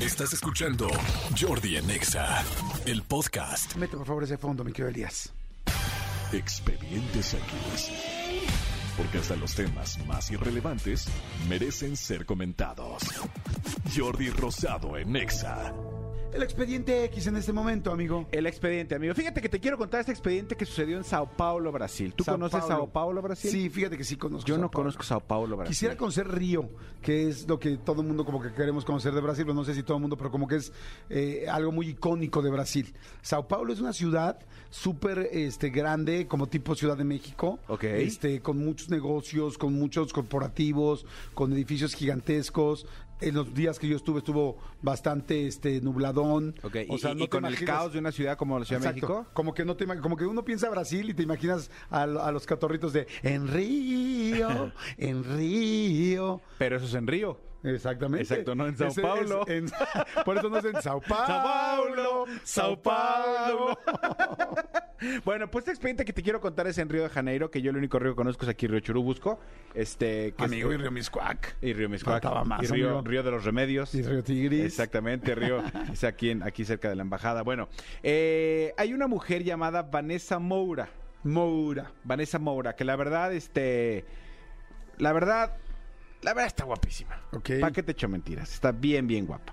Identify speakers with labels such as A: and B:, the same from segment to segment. A: Estás escuchando Jordi en Exa, el podcast.
B: Mete por favor ese fondo, mi querido Elías.
A: Expedientes X. Porque hasta los temas más irrelevantes merecen ser comentados. Jordi Rosado en Exa.
B: El expediente X en este momento, amigo.
C: El expediente, amigo. Fíjate que te quiero contar este expediente que sucedió en Sao Paulo, Brasil. ¿Tú
B: Sao
C: conoces
B: Paulo.
C: Sao Paulo, Brasil?
B: Sí, fíjate que sí conozco.
C: Yo
B: Sao
C: no
B: Paulo.
C: conozco Sao Paulo, Brasil.
B: Quisiera conocer Río, que es lo que todo el mundo como que queremos conocer de Brasil, pero no sé si todo el mundo, pero como que es eh, algo muy icónico de Brasil. Sao Paulo es una ciudad súper este, grande, como tipo Ciudad de México.
C: Ok.
B: Este, con muchos negocios, con muchos corporativos, con edificios gigantescos. En los días que yo estuve estuvo bastante este nubladón.
C: Ok, y,
B: O sea,
C: y-
B: no
C: y
B: te
C: con el
B: imaginas-
C: caos de una ciudad como la Ciudad de
B: Exacto.
C: México.
B: Como que no te ima- como que uno piensa Brasil y te imaginas a, lo- a los catorritos de en Río, en Río.
C: Pero eso es en Río.
B: Exactamente.
C: Exacto, no en Sao
B: Ese es
C: Paulo.
B: en- por eso no es en Sao Paulo.
C: Paulo, Sao Paulo. Bueno, pues este expediente que te quiero contar es en Río de Janeiro, que yo el único río que conozco es aquí Río Churubusco. Este, que es-
B: Amigo y Río Miscuac.
C: Y Río Miscuac.
B: Faltaba más,
C: y Río,
B: amigo.
C: Río de los Remedios.
B: Y Río Tigris.
C: Exactamente, Río. es aquí, en- aquí cerca de la embajada. Bueno, eh, hay una mujer llamada Vanessa Moura.
B: Moura.
C: Vanessa Moura, que la verdad, este. La verdad. La verdad está guapísima.
B: Ok.
C: ¿Para qué te echo mentiras? Está bien, bien guapa.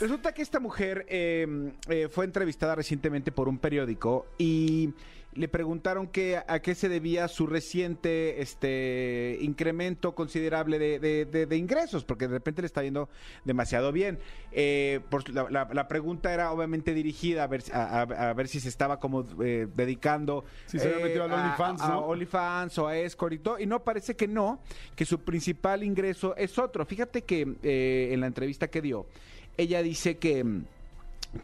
C: Resulta que esta mujer eh, eh, fue entrevistada recientemente por un periódico y le preguntaron que, a qué se debía su reciente este, incremento considerable de, de- de- de ingresos, porque de repente le está yendo demasiado bien. Eh, por- la, la- la pregunta era obviamente dirigida a ver, si- a, a- a ver si se estaba como eh, dedicando
B: Si se había metido al
C: Eh, a-
B: OnlyFans,
C: a
B: ¿no?
C: OnlyFans o a Escort y todo, y no parece que no, que su principal ingreso es otro. Fíjate que eh, en la entrevista que dio, ella dice que mm,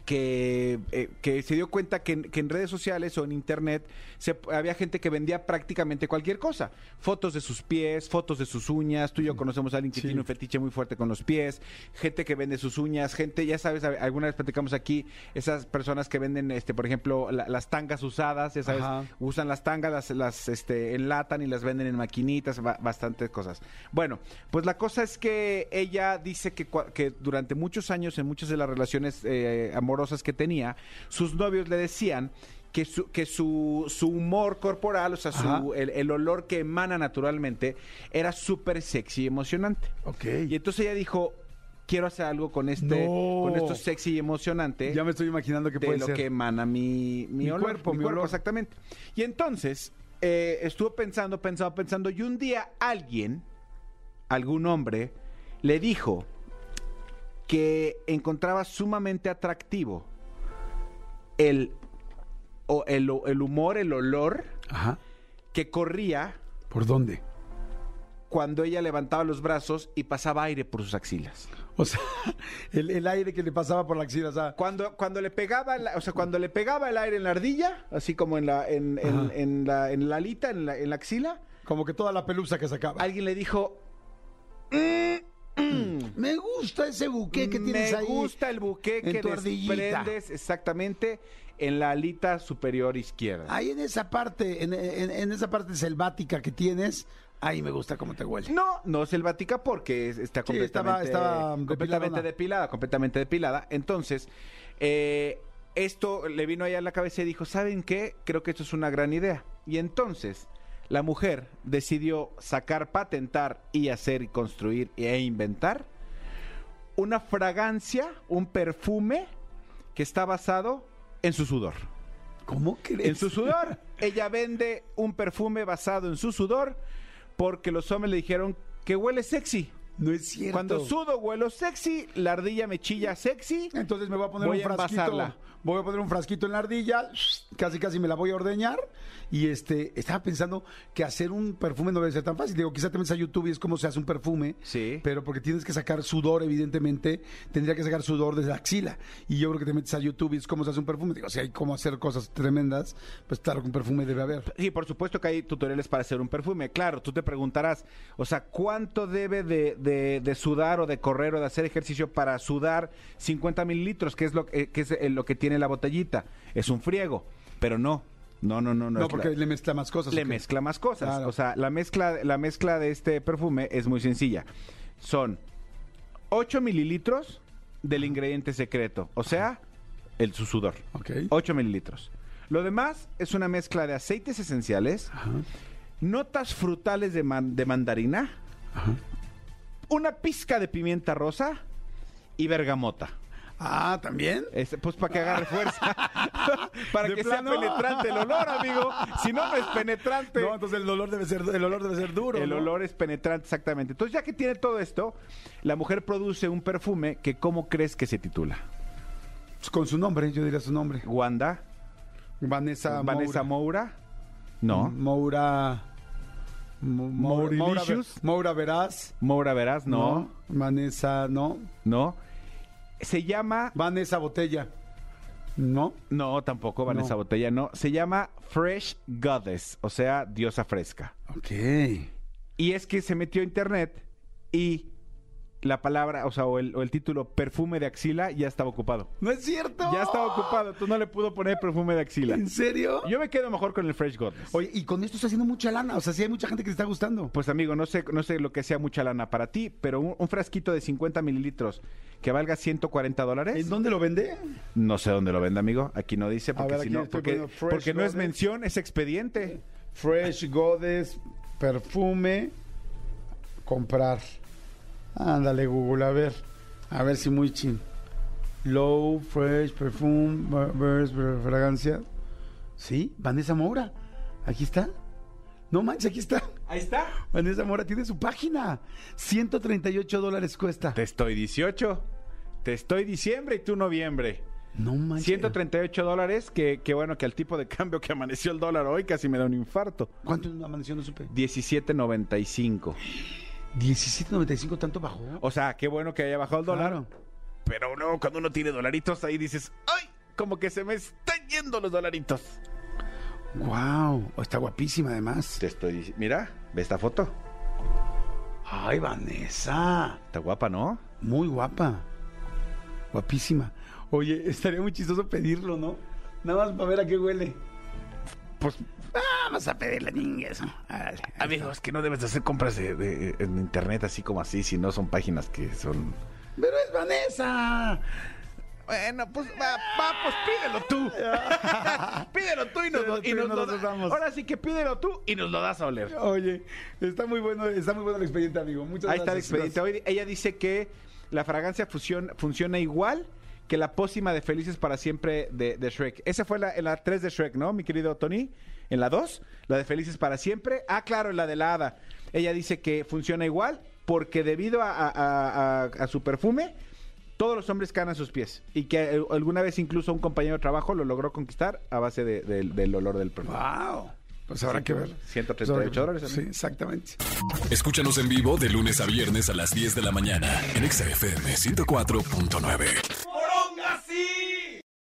C: que, eh, que se dio cuenta que, en- que en redes sociales o en internet se, había gente que vendía prácticamente cualquier cosa. Fotos de sus pies, fotos de sus uñas. Tú y yo conocemos a alguien que
B: Mm. Sí.
C: tiene un fetiche muy fuerte con los pies. Gente que vende sus uñas. Gente, ya sabes, a- alguna vez platicamos aquí, esas personas que venden, este por ejemplo, la- las tangas usadas, ya sabes,
B: Ajá.
C: usan las tangas, las, las este, enlatan y las venden en maquinitas, ba- bastantes cosas. Bueno, pues la cosa es que ella dice que, cua- que durante muchos años, en muchas de las relaciones eh, amorosas que tenía, sus novios le decían que su, que su, su humor corporal, o sea, su,
B: Ajá.
C: el, el olor que emana naturalmente, era súper sexy y emocionante.
B: Ok.
C: Y entonces ella dijo, quiero hacer algo con, este,
B: No.
C: con esto sexy y emocionante
B: Ya me estoy imaginando que
C: de
B: puede
C: lo
B: ser.
C: que emana mi, mi,
B: Mi
C: olor,
B: cuerpo, mi olor.
C: Exactamente. Y entonces eh, estuvo pensando, pensando, pensando, y un día alguien, algún hombre, le dijo que encontraba sumamente atractivo el, o el, o- el humor, el olor
B: Ajá.
C: que corría
B: ¿Por dónde?
C: cuando ella levantaba los brazos y pasaba aire por sus axilas.
B: O sea, el, el aire que le pasaba por la axila, o sea,
C: Cuando, cuando le pegaba, la- o sea, cuando le pegaba el aire en la ardilla, así como en la, en, en-
B: Ajá.
C: en la, en la alita, en la, en la axila,
B: como que toda la pelusa que sacaba.
C: alguien le dijo,
B: Me gusta ese buque que tienes
C: me
B: ahí.
C: gusta el buque
B: en
C: que
B: tu ardillita".
C: desprendes exactamente en la alita superior izquierda.
B: Ahí en esa parte, en, en- en esa parte selvática que tienes, ahí me gusta cómo te huele.
C: No, no selvática porque es- está
B: Sí, estaba-
C: completamente,
B: estaba
C: completamente
B: depiladona.
C: depilada, completamente depilada. Entonces, eh, esto le vino allá a la cabeza y dijo, ¿saben qué? Creo que esto es una gran idea. Y entonces, la mujer decidió sacar, patentar y hacer, y construir e inventar una fragancia, un perfume que está basado en su sudor.
B: ¿Cómo crees?
C: En su sudor. Ella vende un perfume basado en su sudor porque los hombres le dijeron que huele sexy.
B: No es cierto.
C: Cuando sudo huelo sexy, la ardilla me chilla sexy.
B: Entonces me voy a poner
C: Voy
B: un
C: a
B: frasquito.
C: envasarla.
B: voy a poner un frasquito en la ardilla, casi casi me la voy a ordeñar. Y este, estaba pensando que hacer un perfume no debe ser tan fácil. Digo, quizá te metes a YouTube y es como se hace un perfume.
C: Sí.
B: Pero porque tienes que sacar sudor, evidentemente, tendría que sacar sudor desde la axila. Y yo creo que te metes a YouTube y es como se hace un perfume. Digo, si hay cómo hacer cosas tremendas, pues claro que un perfume debe haber.
C: Sí, por supuesto que hay tutoriales para hacer un perfume. Claro, tú te preguntarás, o sea, ¿cuánto debe de, de- de sudar o de correr o de hacer ejercicio para sudar 50 mililitros, que es lo eh, que es eh, lo que tiene la botellita? Es un friego, pero no, no, no, no, no.
B: No,
C: es la-
B: porque le mezcla más cosas.
C: le
B: ¿o qué?
C: mezcla más cosas.
B: Claro.
C: O sea, la mezcla, la mezcla de este perfume es muy sencilla. Son 8 mililitros del ingrediente secreto, o sea, el su sudor.
B: Ok.
C: 8 mililitros. Lo demás es una mezcla de aceites esenciales, notas frutales de, man- de mandarina, una pizca de pimienta rosa y bergamota.
B: Ah, ¿también?
C: Este, pues para que agarre fuerza. para
B: ¿De
C: que
B: plano?
C: sea penetrante el olor, amigo. Si no, no es penetrante.
B: No, entonces el olor debe ser, Este, el olor debe ser duro.
C: El
B: ¿no?
C: olor es penetrante, exactamente. Entonces, ya que tiene todo esto, la mujer produce un perfume que, ¿cómo crees que se titula?
B: Pues Con su nombre, yo diría su nombre.
C: ¿Wanda?
B: Vanessa
C: ¿Vanessa
B: Moura. Mm.
C: Moura? No.
B: Moura. Mo- Moura,
C: Mourilicious.
B: Moura Veraz.
C: ¿Moura Verás? No.
B: Vanessa, no.
C: No. Se llama.
B: Vanessa Botella. No.
C: No, tampoco Vanessa
B: No.
C: Botella, no. Se llama Fresh Goddess, o sea, diosa fresca.
B: Ok.
C: Y es que se metió a internet y la palabra, o sea, o el, o el título perfume de axila ya estaba ocupado.
B: No es cierto.
C: Ya estaba ocupado, tú no le pudo poner perfume de axila.
B: ¿En serio?
C: Yo me quedo mejor con el Fresh Goddess.
B: Oye, y con esto está haciendo mucha lana. O sea, sí hay mucha gente que le está gustando.
C: Pues amigo, no sé, no sé lo que sea mucha lana para ti, pero un, un frasquito de 50 mililitros que valga 140 dólares.
B: ¿En dónde lo vende?
C: No sé dónde lo vende, amigo. Aquí no dice porque
B: ver,
C: si
B: aquí
C: no,
B: estoy
C: porque,
B: poniendo Fresh
C: porque no es
B: Goddess.
C: mención, es expediente.
B: Fresh Goddess, perfume, comprar. Ándale, Google, a ver. A ver si muy chin. Low, fresh, perfume, ver- vers- ver- fragancia. ¿Sí? Vanessa Moura. Aquí está. No manches, aquí está.
C: Ahí está.
B: Vanessa Moura tiene su página. 138 dólares cuesta.
C: Te estoy 18. Te estoy diciembre y tú noviembre.
B: No manches.
C: 138 dólares, que, que bueno, que al tipo de cambio que amaneció el dólar hoy casi me da un infarto.
B: ¿Cuánto amaneció? No supe.
C: 17.95.
B: 17.95, tanto bajó.
C: O sea, qué bueno que haya bajado el dólar.
B: Claro.
C: Pero no, cuando uno tiene dolaritos ahí dices, ¡ay! Como que se me están yendo los dolaritos.
B: Wow. Está guapísima además.
C: Te estoy dic- Mira, ve esta foto.
B: Ay, Vanessa.
C: Está guapa, ¿no?
B: Muy guapa. Guapísima. Oye, estaría muy chistoso pedirlo, ¿no? Nada más para ver a qué huele.
C: Pues,
B: Vamos a pedirle niña eso.
C: amigos, que no debes de hacer compras de, de- en internet así como así, si no son páginas que son.
B: Pero es Vanessa.
C: Bueno, pues va, va, pues pídelo tú. pídelo tú y nos,
B: Pídelo
C: lo- y
B: tú y
C: nos
B: nos
C: lo
B: lo
C: das.
B: damos.
C: Ahora sí que pídelo tú y nos lo das a oler.
B: Oye, está muy bueno, está muy bueno el expediente, amigo. Muchas
C: Ahí
B: gracias.
C: está el expediente. Hoy ella dice que la fragancia fusión, funciona igual que la pócima de Felices para Siempre de, de Shrek. Esa fue la, en la 3 de Shrek, ¿no, mi querido Tony? En la 2, la de Felices para Siempre. Ah, claro, en la de la hada. Ella dice que funciona igual porque debido a, a- a- a- a su perfume, todos los hombres caen a sus pies. Y que eh, alguna vez incluso un compañero de trabajo lo logró conquistar a base de- de- del olor del perfume.
B: Wow. Pues habrá que ver.
C: 138 dólares,
B: Sí,
C: amigo.
B: exactamente.
A: Escúchanos en vivo de lunes a viernes a las 10 de la mañana en Exa FM 104.9.